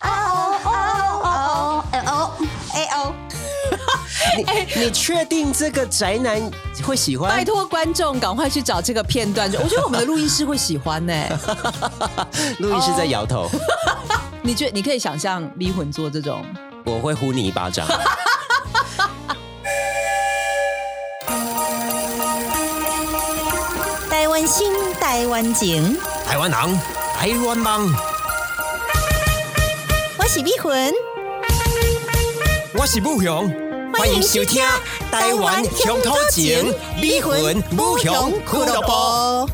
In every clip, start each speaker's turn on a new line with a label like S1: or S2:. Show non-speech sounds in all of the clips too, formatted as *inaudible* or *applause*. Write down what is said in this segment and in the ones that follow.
S1: 哎你你确定这个宅男会喜
S2: 拜
S1: 欢？
S2: 托观众赶快去找这个片段，我觉得我们的录音师会喜欢呢、 *laughs*
S1: 路易斯在摇
S2: 哦
S1: 头，
S2: 你觉得你可以想象离魂做这种？
S1: 我会呼你一巴掌。
S3: 台湾心，台湾情，
S4: 台湾人，台湾梦，
S3: 我是美魂。
S4: 我是武雄，欢迎收听《台湾乡土情》，美魂武雄俱乐部。
S3: 部。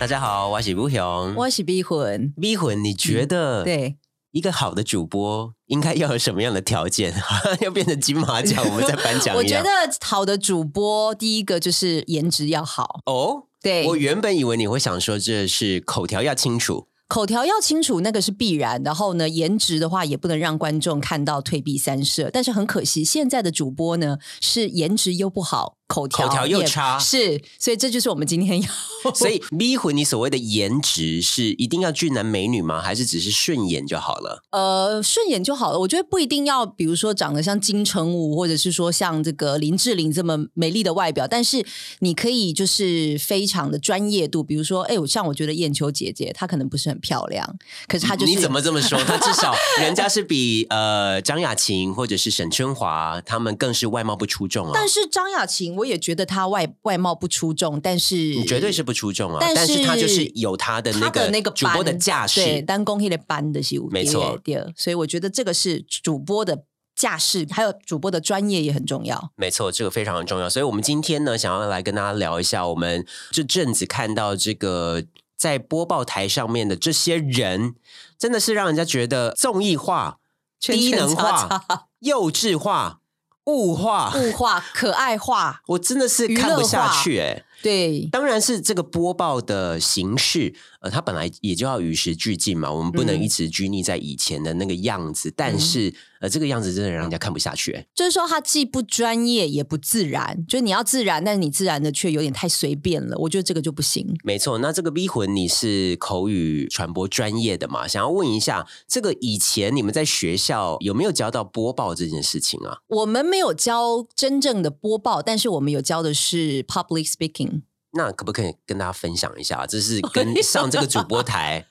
S1: 大家好，我是吴雄。
S2: 我是逼魂，
S1: 逼魂，你觉得
S2: 对，
S1: 一个好的主播应该要有什么样的条件？ *laughs* 好像要变成金马奖，我们再颁奖一样。
S2: 我觉得好的主播，第一个就是颜值要好，
S1: 哦，
S2: 对，
S1: 我原本以为你会想说这是口条要清楚，
S2: 口条要清楚，那个是必然。然后呢，颜值的话也不能让观众看到退避三舍。但是很可惜，现在的主播呢是颜值又不好，口条
S1: 口条又
S2: 也
S1: 差
S2: 是，所以这就是我们今天要 *laughs*
S1: 所以逼魂，你所谓的颜值是一定要俊男美女吗？还是只是顺眼就好了？
S2: 呃顺眼就好了。我觉得不一定要，比如说长得像金城武，或者是说像这个林志玲这么美丽的外表，但是你可以就是非常的专业度，比如说，哎，我像我觉得燕秋姐姐她可能不是很漂亮，可是她就是
S1: 你怎么这么说？他至少人家是比呃张雅琴或者是沈春华他们更是外貌不出众啊，
S2: 但是张雅琴，我也觉得她外外貌不出众，但是
S1: 你绝对是不出众啊。
S2: 但是
S1: 但是他就是有他的那
S2: 她的
S1: 个
S2: 那个
S1: 主播的
S2: 班
S1: 架
S2: 对，
S1: 势，
S2: 单工黑的班的是有
S1: 没错
S2: 第二，所以我觉得这个是主播的架势，还有主播的专业也很重要。
S1: 没错，这个非常重要。所以我们今天呢，想要来跟大家聊一下，我们这阵子看到这个在播报台上面的这些人，真的是让人家觉得综艺化、
S2: 圈
S1: 低
S2: 圈
S1: 能
S2: 叉
S1: 化、
S2: 叉、 *laughs*
S1: 幼稚化、物化，
S2: 物化、可爱化，
S1: 我真的是看不下去哎、
S2: 对，
S1: 当然是这个播报的形式，呃，它本来也就要与时俱进嘛，我们不能
S2: 嗯
S1: 一直拘泥在以前的那个样子。但是，呃，这个样子真的让人家看不下去、欸。
S2: 就是说他既不专业也不自然，就是你要自然，但是你自然的却有点太随便了，我觉得这个就不行。
S1: 没错，那这个逼魂你是口语传播专业的嘛？想要问一下，这个以前你们在学校有没有教到播报这件事情啊？
S2: 我们没有教真正的播报，但是我们有教的是 public speaking。
S1: 那可不可以跟大家分享一下？啊这是
S2: *laughs*
S1: 跟上这个主播台，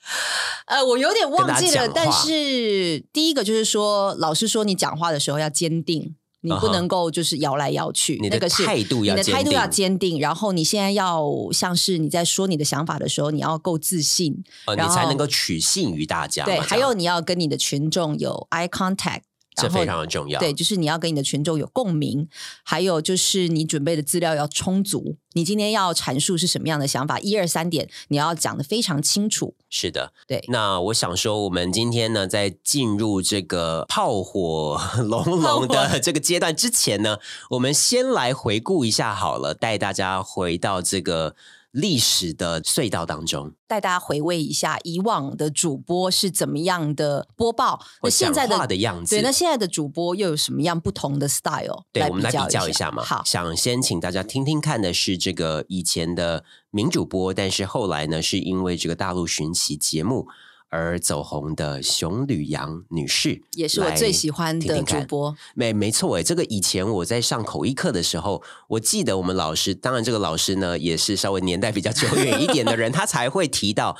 S2: 呃，我有点忘记了，
S1: 跟大家讲
S2: 但
S1: 话
S2: 是第一个就是说，老师说你讲话的时候要坚定，你不
S1: 嗯哼
S2: 能够就是摇来摇去，
S1: 嗯你
S2: 那
S1: 的
S2: 个是
S1: 态度
S2: 你
S1: 要
S2: 的
S1: 坚定，
S2: 态度要坚定，然后你现在要像是你在说你的想法的时候，你要够自信，
S1: 呃，
S2: 然
S1: 你
S2: 后
S1: 才能够取信于大家嘛。
S2: 对，
S1: 这样
S2: 还有你要跟你的群众有 eye contact，
S1: 这
S2: 然后
S1: 非常的重要。
S2: 对，就是你要跟你的群众有共鸣，还有就是你准备的资料要充足，你今天要阐述是什么样的想法，一二三点你要讲的非常清楚，
S1: 是的，
S2: 对。
S1: 那我想说，我们今天呢，在进入这个炮火 *laughs* 隆隆的这个阶段之前呢，我们先来回顾一下好了，带大家回到这个历史的隧道当中。
S2: 带大家回味一下以往的主播是怎么样的播报，那
S1: 我
S2: 现在
S1: 讲
S2: 的
S1: 话的样子
S2: 对，那现在的主播又有什么样不同的 style？
S1: 对，我们来比较
S2: 一
S1: 一下嘛。
S2: 好，
S1: 想先请大家听听看的是这个以前的名主播，但是后来呢，是因为这个大陆寻奇节目而走红的熊吕阳女士，
S2: 也是我最喜
S1: 来
S2: 欢的
S1: 听听
S2: 主
S1: 看
S2: 播。
S1: 没没错诶，这个以前我在上口译课的时候，我记得我们老师，当然这个老师呢也是稍微年代比较久远一点的人，他才会提到，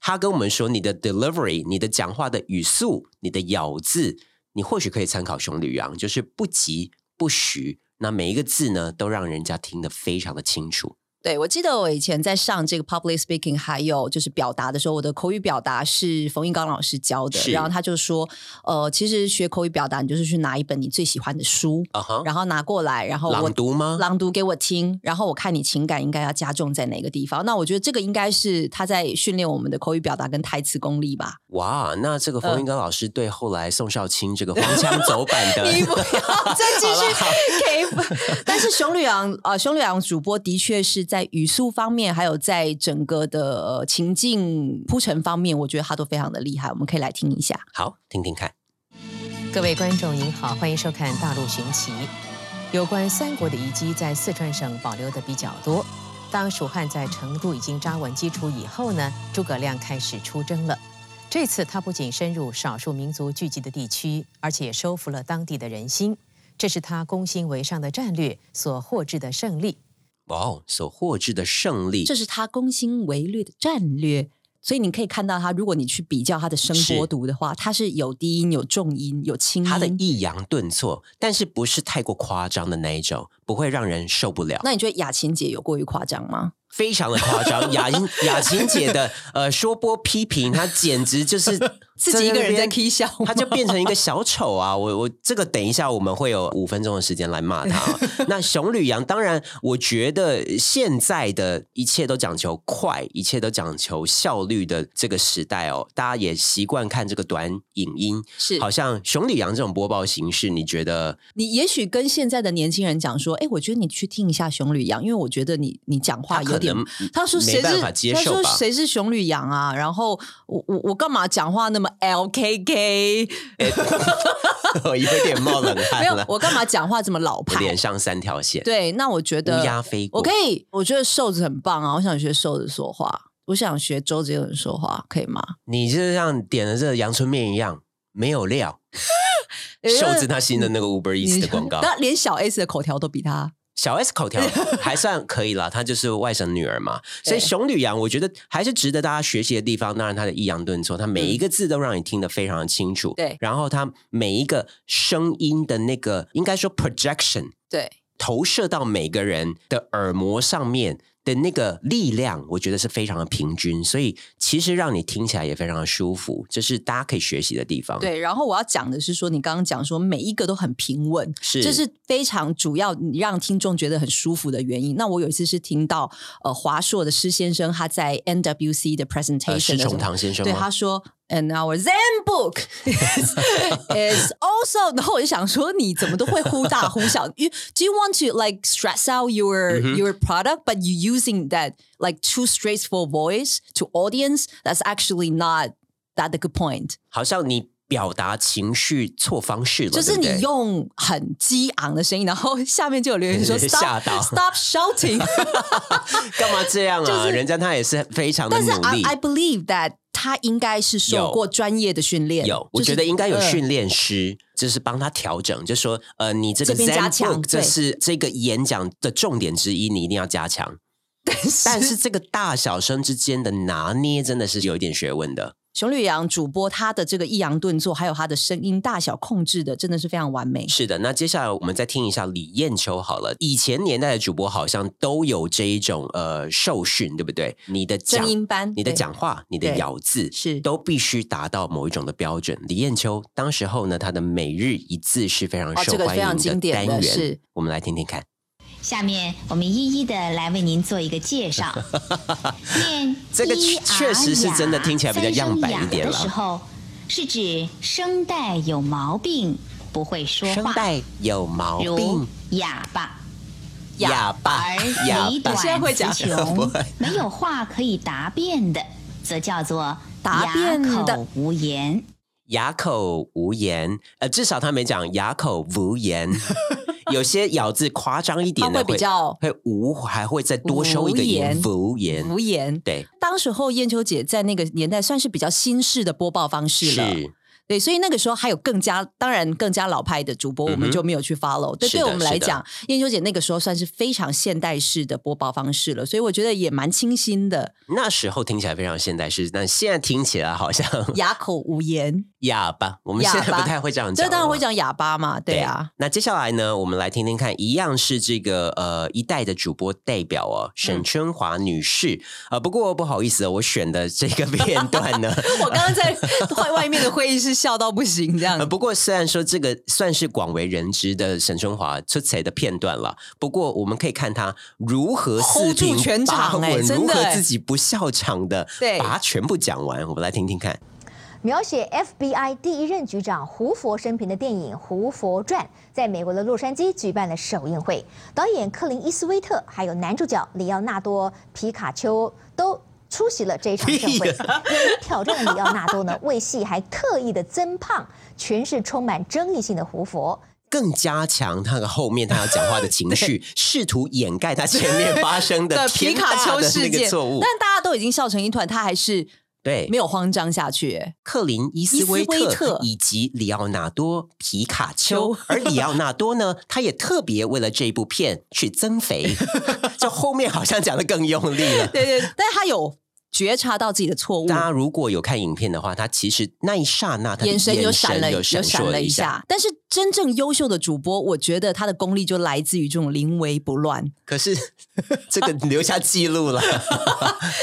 S1: 他跟我们说你的 delivery、你的讲话的语速、你的咬字，你或许可以参考熊吕阳，就是不急不徐，那每一个字呢都让人家听得非常的清楚。
S2: 对，我记得我以前在上这个 public speaking，还有就是表达的时候，我的口语表达是冯玉刚老师教的。
S1: 是
S2: 然后他就说，呃，其实学口语表达，你就是去拿一本你最喜欢的书，
S1: 啊哈，
S2: 然后拿过来，然后我
S1: 朗读吗？
S2: 朗读给我听，然后我看你情感应该要加重在哪个地方。那我觉得这个应该是他在训练我们的口语表达跟台词功力吧。
S1: 哇，那这个冯云刚老师对后来宋少卿这个荒腔走板的，*laughs*
S2: *laughs* 你不要再继续 K，但是熊吕昂啊、呃熊吕昂主播的确是在语速方面，还有在整个的、呃情境铺陈方面，我觉得他都非常的厉害。我们可以来听一下。
S1: 好听听看。
S5: 各位观众您好，欢迎收看《大陆寻奇》。有关三国的遗迹在四川省保留的比较多。当蜀汉在成都已经扎稳基础以后呢，诸葛亮开始出征了。这次他不仅深入少数民族聚集的地区，而且收服了当地的人心，这是他攻心为上的战略所获致的胜利。
S1: 哇哦，所获致的胜利
S2: 这是他攻心为略的战略。所以你可以看到他，如果你去比较他的声波读的话，它是有低音、有重音、有轻音。
S1: 他的抑扬顿挫，但是不是太过夸张的那一种，不会让人受不了。
S2: 那你觉得雅琴姐有过于夸张吗？
S1: 非常的夸张，雅音雅琴姐的呃说播批评，她简直就是
S2: *laughs* 自己一个人在 k 笑吗，
S1: 他就变成一个小丑啊！我我这个等一下我们会有五分钟的时间来骂他、啊。那熊吕阳，当然，我觉得现在的一切都讲求快，一切都讲求效率的这个时代哦，大家也习惯看这个短影音，
S2: 是
S1: 好像熊吕阳这种播报形式，你觉得
S2: 你也许跟现在的年轻人讲说，哎，我觉得你去听一下熊吕阳，因为我觉得你你讲话
S1: 他可
S2: 有点
S1: 能，
S2: 他说谁
S1: 没办
S2: 是
S1: 法接
S2: 他
S1: 受
S2: 说
S1: 吧？
S2: 谁是熊吕阳啊？然后我我我干嘛讲话那么
S1: *laughs*
S2: LKK？
S1: 啊我 *laughs* 有点冒冷
S2: 没
S1: 汗
S2: 有
S1: 了，，
S2: 我干嘛讲话这么老
S1: 我
S2: 派
S1: 脸？上三条线，
S2: 对，那我觉得
S1: 乌鸦飞过
S2: 我可以，我觉得瘦子很棒啊，我想学瘦子说话，我想学周杰伦说话，可以吗？
S1: 你就像点了这个阳春面一样，没有料。瘦子他新的那个 Uber
S2: 呃你
S1: Eats 的
S2: *laughs*
S1: 广告，
S2: 但连小 S 的口条都比他
S1: 小 S
S2: *laughs*
S1: 口条还算可以啦，她就是外省女儿嘛，所
S2: 对
S1: 以熊吕阳我觉得还是值得大家学习的地方。当然，她的抑扬顿挫，她每一个字都让你听得非常的清楚。
S2: 对
S1: 然后她每一个声音的那个，应该说 projection
S2: 对。
S1: 投射到每个人的耳膜上面的那个力量，我觉得是非常的平均，所以其实让你听起来也非常的舒服，这是大家可以学习的地方。，
S2: 对，然后我要讲的是说，你刚刚讲说每一个都很平稳，
S1: 是
S2: 这是非常主要你让听众觉得很舒服的原因。那我有一次是听到呃华硕的施先生他在 NWC 的
S1: 呃，
S2: presentation
S1: 施
S2: 的时候，
S1: 崇棠先生
S2: 对
S1: 吗
S2: 他说。And our Zen book
S1: *laughs*
S2: is, is also，然后我就想说，你怎么都会忽大忽小？You do you want to like stress out your、your
S1: 嗯
S2: product, but you using that like too stressful voice to audience? That's actually not that a good point.
S1: 好像你表达情绪错方式了，
S2: 就是
S1: 对不
S2: 你
S1: 对
S2: 用很激昂的声音，然后下面就有留言
S1: *laughs*
S2: 说
S1: 吓
S2: “stop
S1: 到 *laughs*
S2: *laughs* stop shouting”，
S1: 干嘛这样啊？
S2: 就是
S1: 人家他也是非常的
S2: 但
S1: 努
S2: 是啊
S1: 力。
S2: I I believe that 他应该是受过专业的训练，
S1: 有，我
S2: 就是
S1: 觉得应该有
S2: 嗯
S1: 训练师，就是帮他调整，就说呃，你这个
S2: 这边加
S1: Zen
S2: 强
S1: book 这
S2: 对
S1: 是这个演讲的重点之一，你一定要加
S2: *laughs*
S1: 强。但是这个大小声之间的拿捏真的是有一点学问的。
S2: 熊吕阳主播他的这个抑扬顿挫，还有他的声音大小控制的，真的是非常完美。
S1: 是的，那接下来我们再听一下李艳秋好了。以前年代的主播好像都有这一种呃受训，对不对？你的讲
S2: 正音班，
S1: 你的
S2: 对
S1: 讲话、你的
S2: 对
S1: 咬字
S2: 是
S1: 都必须达到某一种的标准。李艳秋当时候呢，她的每日一字是非常
S2: 哦
S1: 受
S2: 这个
S1: 欢
S2: 非常
S1: 迎
S2: 经
S1: 的
S2: 典
S1: 单
S2: 的
S1: 元，
S2: 是
S1: 我们来听听看。
S6: 下面我们一一的来为您做一个介绍。念
S1: 这个
S6: 一
S1: 确实是真的听起来比较样板一
S6: 三声
S1: 点了
S6: 哑的时候是指声带有毛病，不会说话，
S1: 声带有毛
S6: 如
S1: 病，
S6: 哑巴。
S1: 哑巴
S6: 而，
S1: 哑
S6: 理
S1: 巴
S6: 哎短，
S2: 现在会讲
S6: 词
S1: *laughs* 不
S6: 穷
S1: 会，
S6: 没有话可以答辩的，则叫做
S2: 答辩
S6: 哑
S2: 的
S6: 口无言。
S1: 哑口无言。呃，至少他没讲哑口无言。有些咬字夸张一点的
S2: 他会比较
S1: 会无，还会再多收一个音，无言。
S2: 无言。
S1: 对，
S2: 当时候燕秋姐在那个年代算是比较新式的播报方式了，
S1: 是
S2: 对，所以那个时候还有更加当然更加老派的主播，我
S1: 嗯
S2: 们
S1: 哼
S2: 就没有去 follow。对，
S1: 是
S2: 对
S1: 的
S2: 我们来讲，燕秋姐那个时候算是非常现代式的播报方式了，所以我觉得也蛮清
S1: *laughs*
S2: 新的，
S1: 那时候听起来非常现代式，但现在听起来好像
S2: 哑口无言。
S1: 哑巴，我们
S2: 哑
S1: 现
S2: 巴
S1: 在不太会这样讲，
S2: 这当然会。讲哑巴嘛，对啊。。
S1: 那接下来呢，我们来听听看，一样是这个呃一代的主播代表哦，
S2: 嗯
S1: 沈春华女士啊、呃不过不好意思、哦，我选的这个 *laughs* 片段
S2: *laughs*
S1: 呢，
S2: 我刚
S1: *laughs*
S2: 刚在外外面的会议室笑到不行，这样
S1: 呃，不过虽然说这个算是广为人知的沈春华出彩的片段了，不过我们可以看他如何
S2: Hold
S1: 四
S2: 住
S1: 平
S2: 全
S1: 八
S2: 场哎
S1: 稳，
S2: 真
S1: 如
S2: 的
S1: 何
S2: 哎
S1: 自己不笑场的，
S2: 对
S1: 把它全部讲完。我们来听听看，
S7: 描写 FBI 第一任局长胡佛生平的电影《胡佛传》在美国的洛杉矶举办了首映会，导演克林伊斯威特还有男主角里奥纳多·皮卡丘都。出席了这一场盛会，
S1: 屁呀
S7: 演员挑战的里奥纳多呢，为戏还特意的增胖，诠释充满争议性的胡佛。
S1: 更加强他的后面他要讲话的
S2: *laughs*
S1: 情绪，试图掩盖他前面发生的
S2: 皮
S1: 天
S2: *laughs* 卡
S1: 大
S2: 丘
S1: 的
S2: 事
S1: 那个
S2: 件
S1: 错误。
S2: 但大家都已经笑成一团，他还是
S1: 对
S2: 没有慌张下去、哎
S1: 克林伊斯威
S2: 伊斯威特
S1: 特以及里奥纳多皮卡
S2: *laughs*
S1: 丘，而里奥纳多呢，他也特别为了这部片去增
S2: *laughs*
S1: 肥，就后面好像讲的更用力了。
S2: 对对，但是他有觉察到自己的错误，
S1: 大家如果有看影片的话，他其实那一刹那，他的
S2: 眼神有闪了，
S1: 有闪
S2: 闪
S1: 烁
S2: 了
S1: 一下。
S2: 下。但是真正优秀的主播，我觉得他的功力就来自于这种临危不乱。
S1: 可是 *laughs* 这个留下记录了，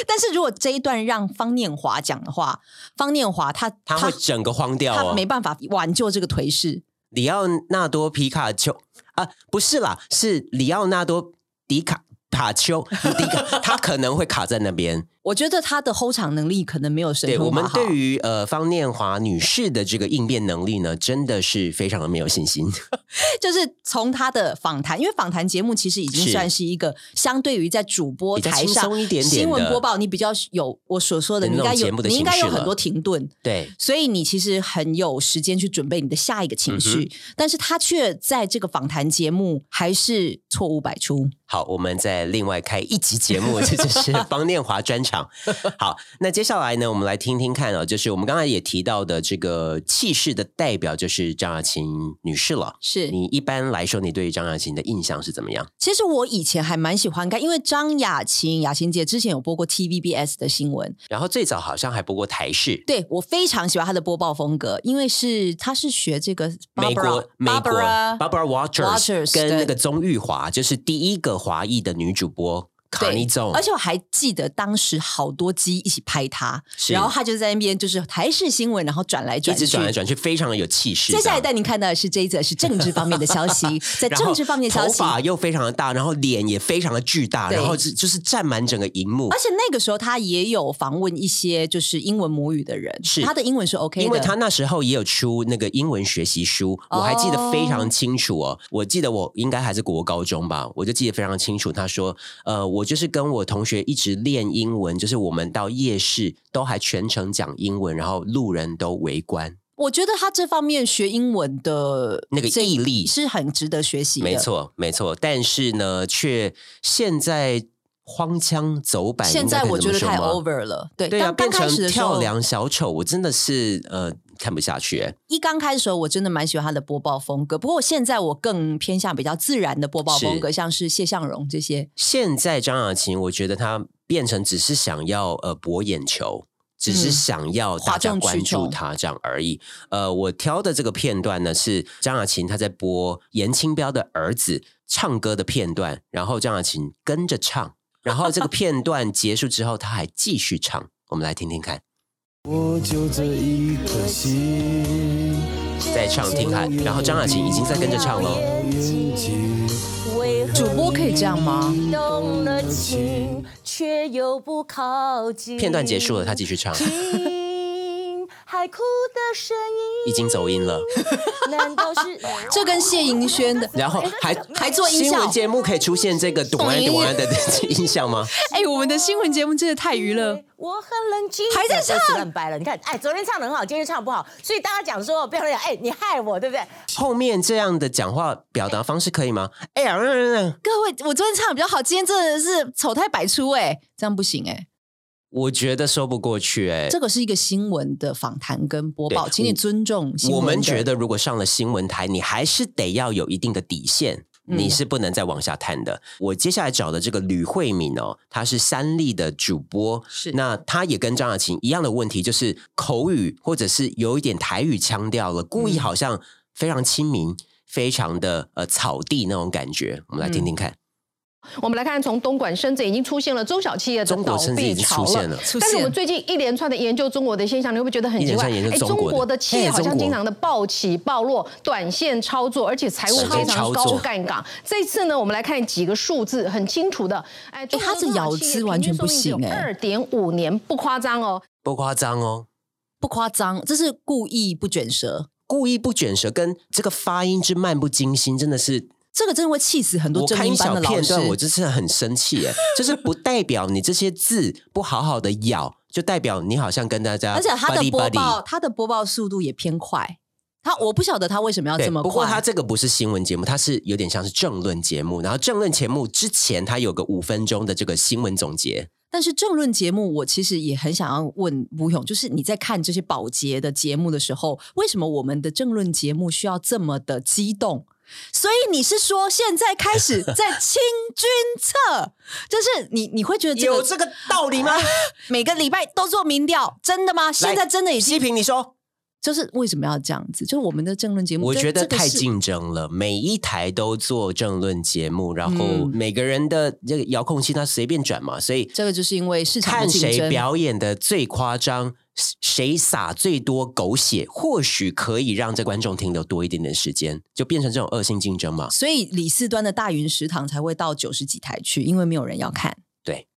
S2: 但是如果这一段让方念华讲的话，方念华 *laughs* 他
S1: 他会整个慌掉
S2: 他
S1: 哦
S2: 没。办法挽救这个颓势。
S1: 里奥纳多皮卡丘啊，不是啦，是里奥纳多迪卡卡丘，迪卡 *laughs* 他可能会卡在那边。
S2: 我觉得他的后场能力可能没有神
S1: 对
S2: 偷
S1: 我们
S2: 马好
S1: 对于呃方念华女士的这个应变能力呢，真的是非常的没有信心。
S2: 就是从他的访谈，因为访谈节目其实已经
S1: 是
S2: 算是一个相对于在主播
S1: 比较
S2: 台
S1: 轻
S2: 上
S1: 松一点点的
S2: 新闻播报，你比较有我所说的，你应该
S1: 那种
S2: 有
S1: 节目的
S2: 你应该有
S1: 形式了
S2: 很多停顿，
S1: 对，
S2: 所以你其实很有时间去准备你的下一个情绪，
S1: 嗯
S2: 但是他却在这个访谈节目还是错误百出。
S1: *laughs* 好，我们再另外开一集节目， *laughs* 这就是方念华专场。好，那接下来呢，我们来听听看啊、就是我们刚才也提到的这个气势的代表，就是张雅琴女士了。
S2: 是
S1: 你一般来说，你对于张雅琴的印象是怎么样？
S2: 其实我以前还蛮喜欢看，因为张雅琴、雅琴姐之前有播过 TVBS 的新闻，
S1: 然后最早好像还播过台视，
S2: 对我非常喜欢她的播报风格，因为是她是学这个 Barbara,
S1: 美国美国
S2: Barbara
S1: Barbara
S2: Walters，
S1: Waters 跟那
S2: 对
S1: 个宗玉华，就是第一个华裔的女主播卡尼宗，
S2: 而且我还记得当时好多机一起拍她，
S1: 是
S2: 然后她就在那边就是台视新闻，然后转来
S1: 一
S2: 转去，
S1: 直转来转去，非常的有气势。
S2: 接
S1: 这
S2: 下来
S1: 样
S2: 带您看到的是这一则是政治方面的
S1: *laughs*
S2: 消息，在
S1: 然后
S2: 政治方面的消
S1: 头
S2: 息。
S1: 发又非常的大，然后脸也非常的巨大，
S2: 对
S1: 然后就就是占满整个荧幕
S2: 而。且那个时候，他也有访问一些就是英文母语的人，
S1: 是
S2: 他的英文是 OK 的，
S1: 因为他那时候也有出那个英文学习书，我还记得非常清楚哦。我记得我应该还是国高中吧，我就记得非常清楚。他说：“呃，我就是跟我同学一直练英文，就是我们到夜市都还全程讲英文，然后路人都围观。”
S2: 我觉得他这方面学英文的
S1: 那个
S2: 这
S1: 毅力
S2: 是很值得学习的，
S1: 没。错，没错。但是呢，却现在荒腔走板。
S2: 现在
S1: 应该可以
S2: 我觉得
S1: 这么
S2: 太
S1: 说吗
S2: over 了，对，
S1: 对啊，
S2: 当
S1: 变
S2: 刚开
S1: 成
S2: 始的时
S1: 跳
S2: 候，
S1: 梁小丑，我真的是呃看不下去、欸。
S2: 一刚开始的时候，我真的蛮喜欢他的播报风格。不过现在我更偏向比较自然的播报
S1: 是
S2: 风格，像是谢向荣这些，
S1: 现在张雅琴，我觉得她变成只是想要呃博眼球。只是
S2: 嗯
S1: 想要
S2: 哗
S1: 大家
S2: 众取
S1: 关注
S2: 宠
S1: 她这样而已。呃，我挑的这个片段呢是张雅琴她在播严清标的儿子唱歌的片段，然后张雅琴跟着唱，然后这个片段结束之后，她还继续唱。我们来听听看，
S8: 我就这一颗心，
S1: 再唱听看，然后张雅琴已经在跟着唱喽。
S8: 眼睛
S2: 主播可以这样吗？
S9: 动了情，却又不靠近。
S1: 片段结束了，她继续唱，
S9: 听海哭的声
S1: 已经走音了，
S2: 嗯
S9: 音，难道是？
S2: *laughs* 这跟谢盈萱的，
S1: 然后还
S2: 还做音效
S1: 新闻节目可以出现这个咚啊咚啊的 *laughs* 音效吗？
S2: 哎，我们的新闻节目真的太娱乐。
S9: 我很冷静，
S2: 还在唱
S9: 这次乱掰了。你看，哎，昨天唱的很好，今天唱不好，所以大家讲说不要乱讲，哎，你害我，对不对？
S1: 后面这样的讲话表达方式可以吗？哎呀，嗯嗯嗯
S2: 各位，我昨天唱得比较好，今天真的是丑态百出哎、这样不行哎、
S1: 我觉得说不过去哎、
S2: 这个是一个新闻的访谈跟播报，
S1: 对
S2: 请你尊重新闻
S1: 我们
S2: 的
S1: 觉得，如果上了新闻台，你还是得要有一定的底线，
S2: 嗯
S1: 你是不能再往下探的。我接下来找的这个吕慧敏哦，她是三立的主播，
S2: 是
S1: 那她也跟张雅琴一样的问题，就是口语或者是有一点台语腔调了，故意好像非常亲
S2: 嗯
S1: 民，非常的呃草地那种感觉。我们来听
S2: 嗯
S1: 听看，
S10: 我们来看，从东莞、深圳已经出现了中小企业的
S1: 中
S10: 倒
S1: 国甚至
S10: 闭
S1: 已经
S10: 潮
S1: 出现
S10: 了。
S1: 了。
S2: 出
S10: 但是我
S2: 现
S10: 们最近一连串的研究中国的现象，你会不会觉得很奇怪？
S1: 一连串研究中
S10: 中
S1: 国的
S10: 国的企业
S1: 哎
S10: 好像
S1: 中国
S10: 经常的暴起暴落、短线操作，而且财务非常高杠杆。这次呢，我们来看几个数字，很清楚的。哎，中国
S2: 它是
S10: 中小
S2: 咬
S10: 企
S2: 字
S10: 业
S2: 完全不行哎
S10: 二点五年不夸张哦。
S1: 不夸张哦，
S2: 不夸张，这是故意不卷舌，
S1: 故意不卷舌，跟这个发音之漫不经心，真的是。
S2: 这个真的会气死很多
S1: 我
S2: 正
S1: 看一
S2: 音班
S1: 小
S2: 的老
S1: 片
S2: 师。
S1: 段，我就是很生气耶， *laughs* 就是不代表你这些字不好好的咬，就代表你好像跟大家
S2: 而且他的
S1: buddy
S2: 播
S1: buddy
S2: 报，啊他的播报速度也偏快。他我不晓得他为什么要
S1: 对，
S2: 这么快。
S1: 不过他这个不是新闻节目，它是有点像是政论节目。然后政论节目之前，它有个五分钟的这个新闻总结，
S2: 但是政论节目，我其实也很想要问吴勇，就是你在看这些保洁的节目的时候，为什么我们的政论节目需要这么的激动？所以你是说现在开始
S1: *laughs*
S2: 在清君侧，就是你你会觉得、这个、
S1: 有这个道
S2: *laughs*
S1: 理吗？
S2: 每个礼拜都做民调，真的吗？现在真的已经
S1: 批评你说。
S2: 就是为什么要这样子？就是我们的政论节目，
S1: 我觉得太竞争了。每一台都做政论节目，然后每个人的这个遥控器，它随便转嘛，所以
S2: 嗯这个就是因为市场
S1: 看谁表演的最夸张，谁撒最多狗血，或许可以让这观众停留多一点点时间，就变成这种恶性竞争嘛。
S2: 所以李四端的大云食堂才会到九十几台去，因为没有人要看。
S1: 对，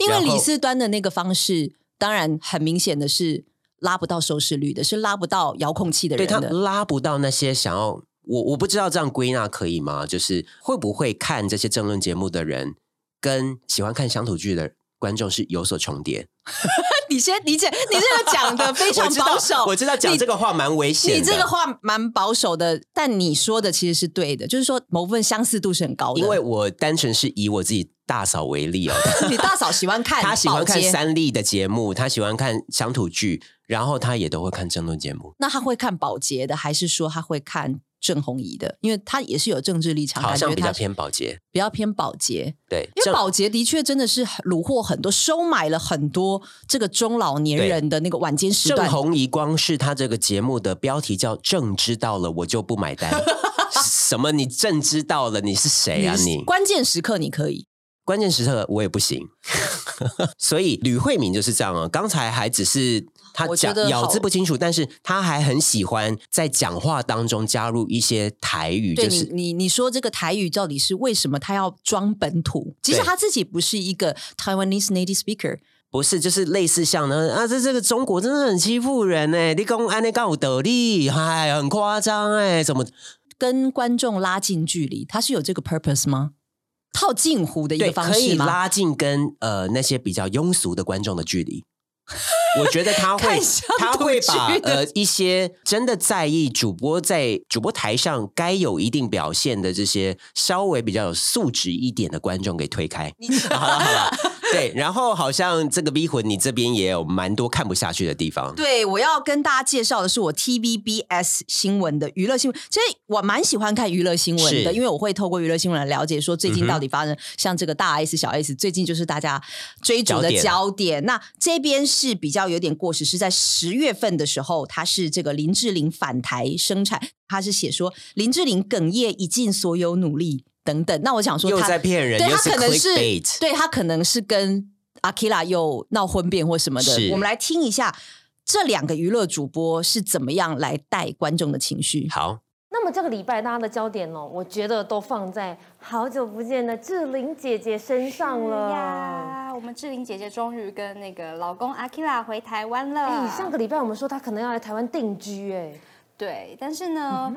S2: 因为李四端的那个方式，当然很明显的是。拉不到收视率的，是拉不到遥控器的人
S1: 的。对他拉不到那些想要我，我不知道这样归纳可以吗？就是会不会看这些政论节目的人，跟喜欢看乡土剧的观众是有所重叠？
S2: *laughs* 你先理解，你这个讲的 *laughs* 非常保守
S1: 我。我知道讲这个话蛮危险
S2: 你这个话蛮保守的，但你说的其实是对的，就是说某部分相似度是很高的。
S1: 因为我单纯是以我自己。大嫂为例哦，
S2: *laughs* 你大嫂喜欢看，
S1: 她喜欢看三立的节目，她喜欢看乡土剧，然后她也都会看争论节目。
S2: 那她会看保洁的，还是说她会看郑红怡的？因为她也是有政治立场，
S1: 好像比较偏保洁，
S2: 比较偏保洁。
S1: 对，
S2: 因为保洁的确真的是虏获很多，收买了很多这个中老年人的那个晚间时段。
S1: 郑红怡光是她这个节目的标题叫“正知道了我就不买
S2: *laughs*
S1: 单”什么？你正知道了？你是谁啊你？你
S2: 关键时刻你可以。
S1: 关键时刻我也不行，所以吕慧敏就是这样啊。刚才还只是他讲咬字不清楚，但是他还很喜欢在讲话当中加入一些台语。就是
S2: 你你说这个台语到底是为什么他要装本土？其实他自己不是一个 Taiwanese native speaker。
S1: 不是，就是类似像呢啊，这这个中国真的很欺负人哎、欸！你讲安内告得力，嗨，很夸张哎，怎么
S2: 跟观众拉近距离？他是有这个 purpose 吗？套近乎的一个方式
S1: 可以拉近跟呃那些比较庸俗的观众的距离。我觉得
S2: *laughs*
S1: 他会，他会把呃一些真的在意主播在主播台上该有一定表现的这些稍微比较有素质一点的观众给推开。好了好了，对，然后好像这个逼魂，你这边也有蛮多看不下去的地方。
S2: 对，我要跟大家介绍的是我 TVBS 新闻的娱乐新闻，其实我蛮喜欢看娱乐新闻的，因为我会透过娱乐新闻来了解说最近到底发生、嗯、像这个大 S 小 S 最近就是大家追逐的焦点。焦点那这边是比较。要有点过时，是在十月份的时候，他是这个林志玲返台生产，他是写说林志玲哽咽已尽所有努力等等。那我想说
S1: 他，又在骗人，
S2: 对他可能
S1: 是
S2: 对他可能是跟阿 Kira 又闹婚变或什么的。我们来听一下这两个娱乐主播是怎么样来带观众的情绪。
S1: 好。
S11: 那么这个礼拜大家的焦点哦，我觉得都放在好久不见的志玲姐姐身上了呀。
S12: 我们志玲姐姐终于跟那个老公阿 Kira 回台湾了。哎，
S11: 上个礼拜我们说她可能要来台湾定居，哎，
S12: 对，但是呢。嗯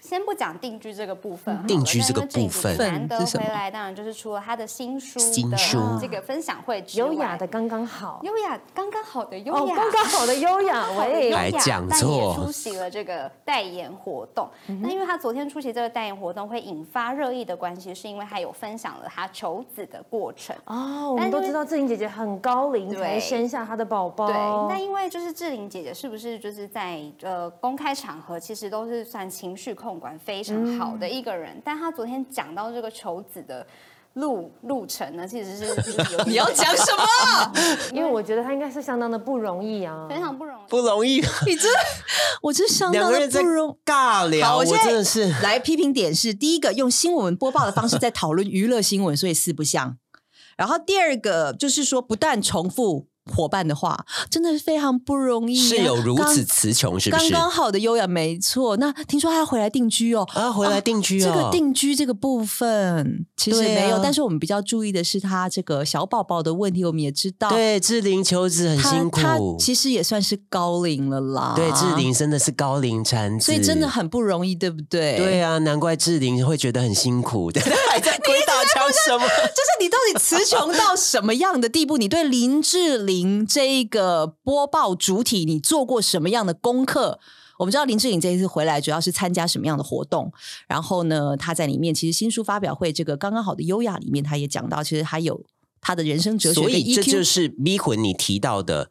S12: 先不讲定居这个部分，
S1: 嗯定居这个部分
S12: 难得回来，当然就是除了他的新书的这个分享会之
S11: 外，优雅的刚刚好，哦
S12: 优雅刚刚好的优雅，
S11: 刚刚好的优雅，
S12: 喂，
S1: 来讲
S12: 座出席了这个代言活动。
S11: 嗯
S12: 那因为他昨天出席这个代言活动会引发热议的关系，是因为他有分享了他求子的过程。
S11: 哦，我们都知道志玲姐姐很高龄才生下她的宝宝。
S12: 对，那因为就是志玲姐姐是不是就是在呃公开场合，其实都是算情绪控。控管非常好的一个人，嗯、但他昨天讲到这个求子的路路程呢，其
S2: *laughs*
S12: 实是有
S2: 你要讲什么？
S11: 因为我觉得他应该是相当的不容易啊，
S12: 非常不容易，
S1: 不容易。
S2: 你真， *laughs* 我真相当的不容
S1: 尬聊。
S2: 好，我
S1: 真的是
S2: 来批评点是：第一个，用新闻播报的方式在讨论娱乐新闻，所以四不像；然后第二个就是说，不但重复。伙伴的话，真的是非常不容易、啊，
S1: 是有如此词穷，是不是？
S2: 刚刚好的优雅，没错。那听说他要回来定居哦，
S1: 啊，回来定居、哦
S2: 啊，这个定居这个部分其实没有，啊、但是我们比较注意的是他这个小宝宝的问题，我们也知道，
S1: 对，志玲求子很辛苦，
S2: 哦他他其实也算是高龄了啦，
S1: 对，志玲真的是高龄产子，
S2: 所以真的很不容易，对不对？
S1: 对啊，难怪志玲会觉得很辛苦， *laughs* 的，还在鬼打墙什么？
S2: 就是你到底词穷到什么样的地步？你对林志玲。林这个播报主体，你做过什么样的功课？我们知道林志颖这一次回来，主要是参加什么样的活动？然后呢，他在里面其实新书发表会这个刚刚好的优雅里面，他也讲到，其实他有。E 他的人生哲学。
S1: 所以这就是逼魂你提到的，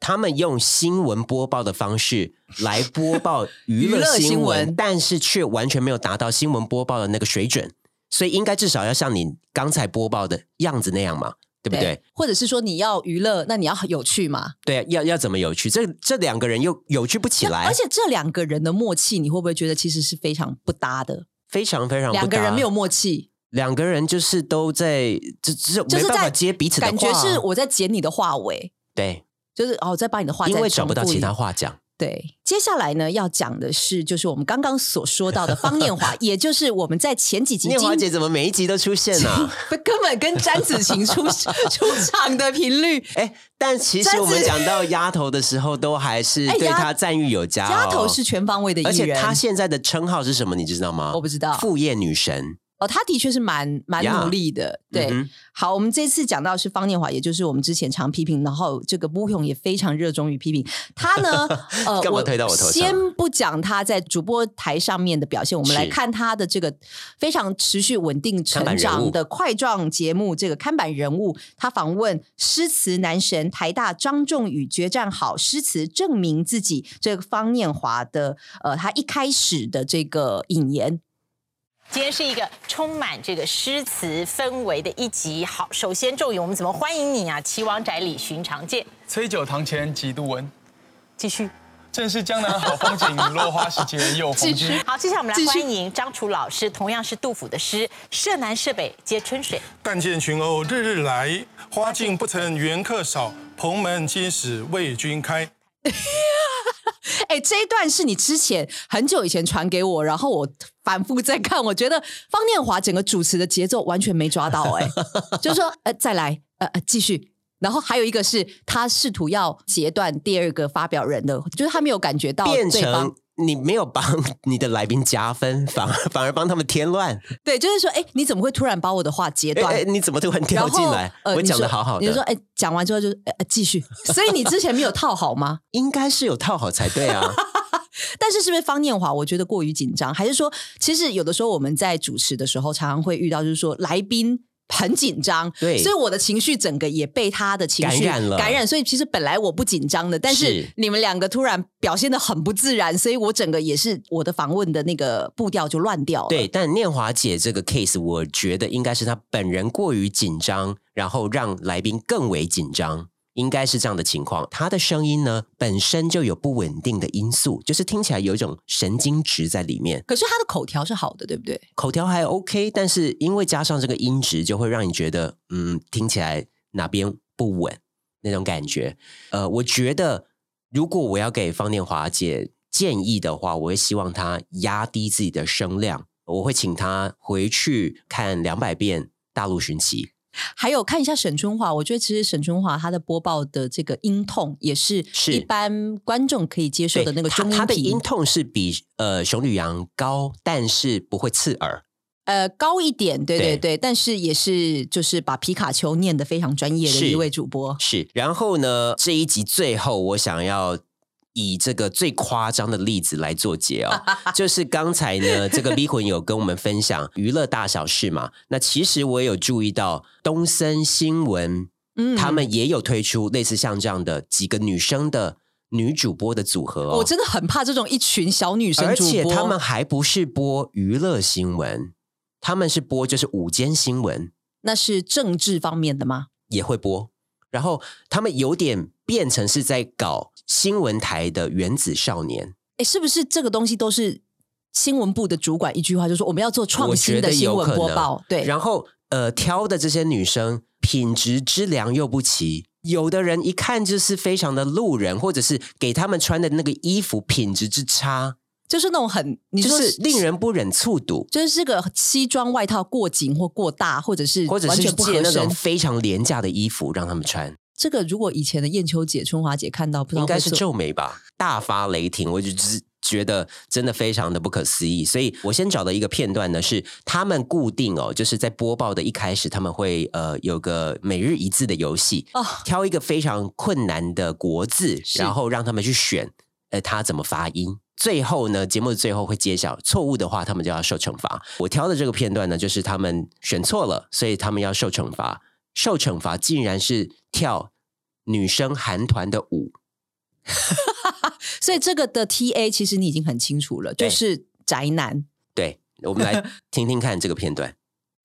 S1: 他们用新闻播报的方式来播报娱乐新闻，新闻但是却完全没有达到新闻播报的那个水准，所以应该至少要像你刚才播报的样子那样嘛。对不对？
S2: 或者是说你要娱乐，那你要有趣嘛？
S1: 对，要要怎么有趣？这这两个人又有趣不起来，
S2: 而且这两个人的默契，你会不会觉得其实是非常不搭的？
S1: 非常非常
S2: 两个人没有默契，
S1: 两个人就是都在这这没办法接彼此的话，
S2: 感觉是我在剪你的话尾，
S1: 对，
S2: 就是哦，在把你的话
S1: 因为找不到其他话讲。
S2: 对，接下来呢要讲的是，就是我们刚刚所说到的方
S1: *laughs*
S2: 念华，也就是我们在前几集
S1: 念华姐怎么每一集都出现啊？
S2: 根本跟詹子晴出 *laughs* 出场的频率。
S1: *laughs* 哎，但其实我们讲到丫头的时候，都还
S2: *laughs*
S1: 是对她赞誉有加、哦。
S2: 哎丫头是全方位的艺
S1: 而
S2: 人，
S1: 且她现在的称号是什么？你知道吗？
S2: 我不知道。
S1: 副业女神。
S2: 哦，她的确是蛮蛮努力的。Yeah, 对，嗯、好，我们这次讲到是方念华，也就是我们之前常批评，然后这个吴勇也非常热衷于批评他
S1: *laughs*
S2: 呢。呃，
S1: 干嘛推到我头上？
S2: 先不讲他在主播台上面的表现，我们来看他的这个非常持续稳定成长的块状节目，这个看板人物，他访问诗词男神台大张仲宇决战好诗词，证明自己。这个方念华的呃，他一开始的这个引言。
S13: 今天是一个充满这个诗词氛围的一集。好，首先仲宇，我们怎么欢迎你啊？岐王宅里寻常见，
S14: 崔九堂前几度闻。
S13: 继续，
S14: 正是江南好风景，落花时节又逢
S9: *laughs*
S14: 君。
S13: 好，接下来我们来欢迎张楚老师，同样是杜甫的诗，涉南涉北皆春水。
S15: 但见群鸥日日来，花径不曾缘客少。蓬门今始为君开。
S2: 哎欸，这一段是你之前很久以前传给我，然后我反复在看，我觉得方念华整个主持的节奏完全没抓到、欸，哎就是说，呃，再来，呃呃，继续。然后还有一个是他试图要截断第二个发表人的，就是他没有感觉到
S1: 变成你没有帮你的来宾加分，反而 *laughs* 反而帮他们添乱。
S2: 对，就是说，哎、欸，你怎么会突然把我的话截断？哎，
S1: 你怎么突然跳进来？呃、我讲的好好的，
S2: 你说，哎，讲完之后就呃继续。所以你之前没有套好吗？
S1: 应该是有套好才对啊。
S2: 但是是不是方念华？我觉得过于紧张，还是说，其实有的时候我们在主持的时候，常常会遇到，就是说来宾。很紧张，
S1: 对，
S2: 所以我的情绪整个也被他的情绪
S1: 感染了，
S2: 感染。所以其实本来我不紧张的，但是你们两个突然表现的很不自然，所以我整个也是我的访问的那个步调就乱掉了。
S1: 对，但念华姐这个 case，我觉得应该是她本人过于紧张，然后让来宾更为紧张。应该是这样的情况，他的声音呢本身就有不稳定的因素，就是听起来有一种神经质在里面。
S2: 可是他的口条是好的，对不对？
S1: 口条还 OK，但是因为加上这个音质，就会让你觉得嗯，听起来哪边不稳那种感觉。呃，我觉得如果我要给方念华姐建议的话，我会希望她压低自己的声量，我会请她回去看两百遍《大陆寻奇》。
S2: 还有看一下沈春华，我觉得其实沈春华他的播报的这个音痛也是一般观众可以接受的那个中音
S1: 他的音痛是比呃熊吕阳高，但是不会刺耳。
S2: 呃，高一点，对对对，对但是也是就是把皮卡丘念得非常专业的一位主播。
S1: 是，然后呢，这一集最后我想要。以这个最夸张的例子来做结
S2: *laughs*
S1: 哦，就是刚才呢，这个逼魂有跟我们分享娱乐大小事嘛。那其实我有注意到东森新闻，嗯，他们也有推出类似像这样的几个女生的女主播的组合、哦。
S2: 我真的很怕这种一群小女生
S1: 而且他们还不是播娱乐新闻，他们是播就是午间新闻，
S2: 那是政治方面的吗？
S1: 也会播。然后他们有点变成是在搞新闻台的原子少年，
S2: 哎，是不是这个东西都是新闻部的主管一句话就说我们要做创新的新闻播报？对，
S1: 然后呃挑的这些女生品质之良又不齐，有的人一看就是非常的路人，或者是给他们穿的那个衣服品质之差。
S2: 就是那种很，你
S1: 就是令人不忍卒睹，
S2: 就是这个西装外套过紧或过大，或者是
S1: 或者是
S2: 借
S1: 那种非常廉价的衣服让他们穿。
S2: 这个如果以前的燕秋姐、春华姐看到，不知道
S1: 应该是皱眉吧，大发雷霆。我就只觉得真的非常的不可思议。所以我先找的一个片段呢，是他们固定哦，就是在播报的一开始，他们会呃有个每日一字的游戏，哦、挑一个非常困难的国字，然后让他们去选，呃，他怎么发音。最后呢，节目的最后会揭晓，错误的话他们就要受惩罚。我挑的这个片段呢，就是他们选错了，所以他们要受惩罚。受惩罚竟然是跳女生韩团的舞。
S2: 所以这个的 T A 其实你已经很清楚了，就是宅男。
S1: 对，我们来听听看这个片段。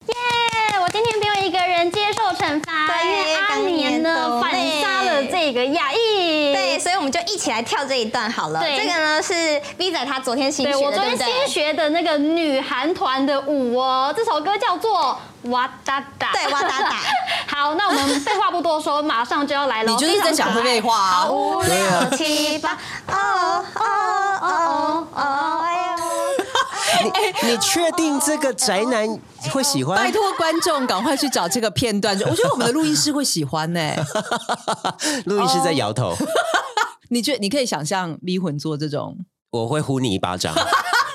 S16: 耶！我今天不用一个人接受惩罚，因为阿年呢反杀了这个亚裔。
S12: 对，所以我们就一起来跳这一段好了。
S16: 对，
S12: 这个呢是 V 仔他昨天新学的，
S16: 对我昨天
S12: 对
S16: 新学的那个女韩团的舞哦，这首歌叫做《哇哒哒》。
S12: 对，哇哒哒。
S16: *laughs* 好，那我们废话不多说，马上就要
S1: 哎
S16: 来了。
S2: 你就是在讲废话、啊。
S16: 好，五六七八，哦哦哦哦哦。
S12: 哎
S1: 你你确定这个宅男会喜欢？
S2: 拜托观众赶快去找这个片段，
S1: *laughs*
S2: 我觉得我们的录音师会喜欢呢、欸。
S1: 录音师在摇头。
S2: 你觉你可以想象迷魂做这种？
S1: 我会呼你一巴掌。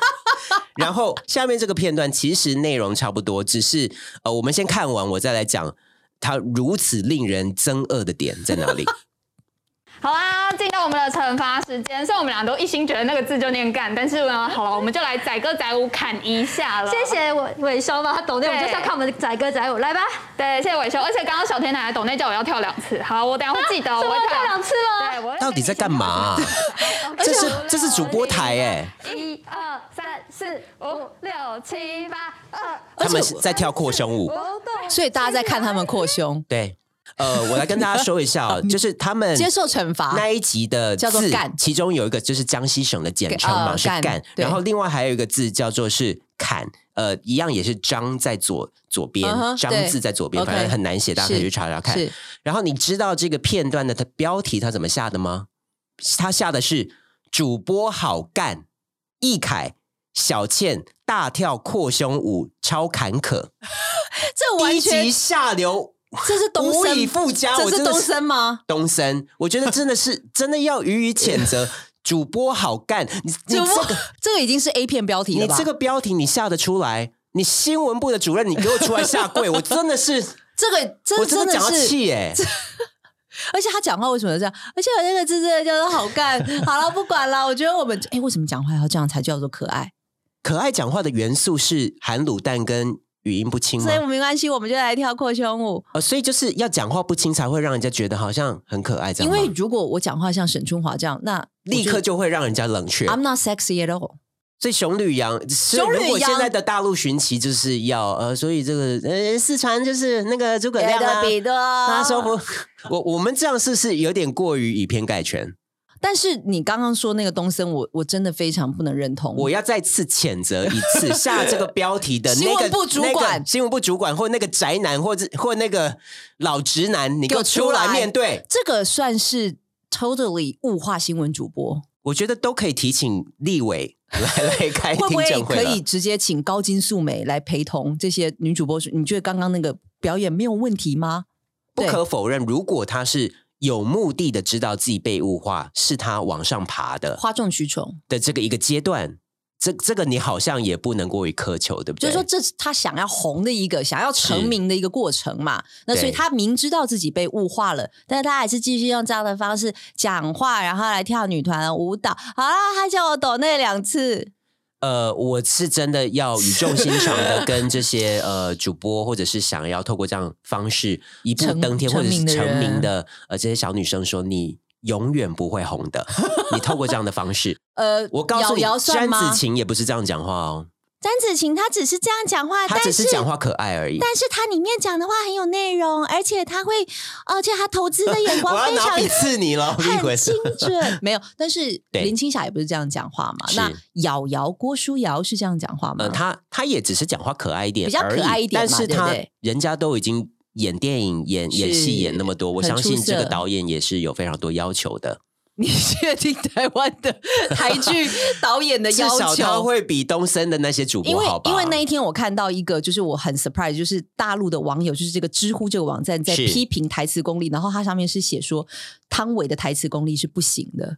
S1: *laughs* 然后下面这个片段其实内容差不多，只是呃，我们先看完，我再来讲它如此令人憎恶的点在哪里。
S16: 好啦，进到我们的惩罚时间。虽然我们俩都一心觉得那个字就念干，但是
S12: *laughs*
S16: 呢，好了，我们就来载歌载舞砍一下了。
S12: 谢谢伟伟修吧，他抖内我们就是要看我们载歌载舞，来吧。
S16: 对，谢谢伟修。而且刚刚小天奶抖内叫我要跳两次，好，我等下会记得。啊、我
S12: 会跳两次吗？
S16: 对，我
S1: 到底在干嘛、啊？
S12: 哎
S1: 这是这是主播台哎、
S16: 欸。一二三四五六七八二。
S1: 他们在跳扩胸
S12: *laughs*
S1: 舞，
S2: 所以大家在看他们扩胸。
S1: 对。呃，我来跟大家说一下，啊就是他们
S2: 接受惩罚
S1: 嗯那一集的
S2: 啊叫做“干”，哦
S1: 其中有一个就是江西省的简称嘛、呃、是“干”，然后另外还有一个字叫做是“砍”，呃，一样也是“张”在左左边，“
S2: 嗯
S1: 张、uh ”-huh, 字在左边，反正很难写，大家可以去查查看。然后你知道这个片段的它标题它怎么下的吗？它下的是“主播好干”，易凯。小倩大跳扩胸舞超坎坷，
S2: 这完全
S1: 低级下流。
S2: 这是东
S1: 森，无以复加。
S2: 这是东森吗？
S1: 东森，我觉得真的
S2: *laughs*
S1: 是真的要予以谴责。主播好干，你你这个
S2: 这个已经是 A 片标题了
S1: 你这个标题你下得出来？你新闻部的主任，你给我出来下
S2: *laughs*
S1: 跪！我真的是
S2: 这个真，
S1: 我真的讲到气
S2: *laughs* 耶、欸。而且他讲话为什么这样？而且我那个字真的叫做好干。好了，不管了，我觉得我们哎、欸，为什么讲话要这样才叫做可爱？
S1: 可爱讲话的元素是含卤蛋跟。语音不清，
S2: 所以我没关系，我们就来跳扩胸舞。
S1: 呃、哦，所以就是要讲话不清，才会让人家觉得好像很可爱。这
S2: 样，因为如果我讲话像沈春华这样，那
S1: 立刻就会让人家冷却。
S2: I'm not sexy at all。
S1: 所以熊吕洋，
S2: 啊熊
S1: 如果现在的大陆巡棋就是要呃，所以这个呃四川就是那个诸葛亮啊，
S2: 比多他
S1: 说不，我 *laughs* 我们这样是不是有点过于以偏概全？
S2: 嗯但是你刚刚说那个东森，我我真的非常不能认同。
S1: 我要再次谴责一次下这个标题
S2: *laughs*
S1: 的、那个、
S2: 新闻部主管、
S1: 那个、新闻部主管或那个宅男，或者或那个老直男，你给我出来面对。
S2: 这个算是 totally 物化新闻主播。
S1: 我觉得都可以提请立委来 *laughs* 来开哎听证
S2: 会，会不会可以直接请高金素梅来陪同这些女主播？你觉得刚刚那个表演没有问题吗？
S1: 不可否认，如果她是。有目的的知道自己被物化，是他往上爬的，
S2: 哗众取宠
S1: 的这个一个阶段，这这个你好像也不能过于苛求，对不
S2: 对？就是说，这是他想要红的一个、想要成名的一个过程嘛。那所以他明知道自己被物化了，但是他还是继续用这样的方式讲话，然后来跳女团啊舞蹈。好啦，他叫我抖那两次。
S1: 呃，我是真的要语重心长
S2: *laughs*
S1: 的跟这些呃主播，或者是想要透过这样方式一步登天，或者是成名的呃这些小女生说，你永远不会红
S2: *laughs*
S1: 的。你透过这样的方式，
S2: 呃，
S1: 我告诉你，
S2: 詹
S1: 子晴也不是这样讲话哦。
S17: 詹子晴她只是这样讲话，
S2: 啊
S1: 她只是讲话可爱而已。
S17: 但是她里面讲的话很有内容，而且她会，而且她投资的
S1: *laughs*
S17: 眼光非常
S1: 刺你了，
S17: 很精
S1: *laughs*
S17: 准。
S2: 没有，但是林青霞也不是这样讲话嘛。那瑶瑶郭书瑶是这样讲话吗？
S1: 呃，她她也只是讲话可爱一点，
S2: 比较可爱一
S1: 但
S2: 点
S1: 是
S2: 她
S1: 人家都已经演电影、演演戏演那么多，我相信这个导演也是有非常多要求的。
S2: 你确定台湾
S1: *laughs*
S2: 的台剧导演的要求
S1: 至少他会比东森的那些主播好吧？
S2: 因为因为那一天我看到一个，就是我很 surprise，就是大陆的网友，就是这个知乎这个网站在批评台词功力，然后它上面是写说汤唯的台词功力是不行的。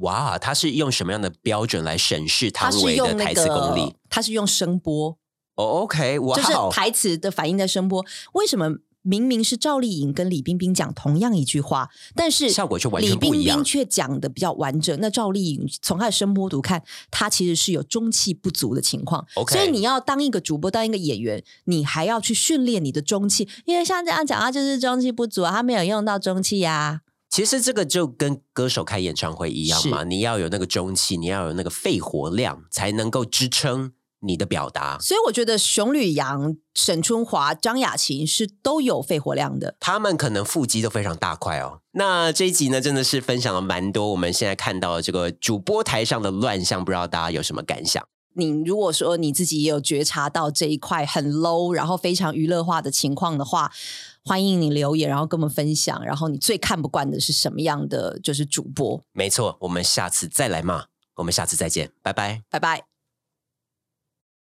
S1: 哇，他是用什么样的标准来审视汤唯的台词功力？
S2: 他是用声波。
S1: 哦、oh,，OK，哇、wow，
S2: 就是台词的反应在声波。为什么明明是赵丽颖跟李冰冰讲同样一句话，但是
S1: 效果却完
S2: 李
S1: 全
S2: 冰
S1: 不一样
S2: 冰却讲的比较完整。那赵丽颖从她的声波图看，她其实是有中气不足的情况。
S1: OK
S2: 所以你要当一个主播，当一个演员，你还要去训练你的中气， *laughs* 因为像这样讲话就是中气不足啊，他没有用到中气啊呀、
S1: 其实这个就跟歌手开演唱会一样嘛，你要有那个中气，你要有那个肺活量，才能够支撑你的表达。
S2: 所以我觉得熊吕阳、沈春华、张雅琴是都有肺活量的。
S1: 他们可能腹肌都非常大块哦。那这一集呢，真的是分享了蛮多我们现在看到的这个主播台上的乱象，不知道大家有什么感想？
S2: 你如果说你自己也有觉察到这一块很 low，然后非常娱乐化的情况的话，欢迎你留言，然后跟我们分享，然后你最看不惯的是什么样的就是主播？
S1: 没错，我们下次再来骂，我们下次再见，拜拜。
S2: 拜拜。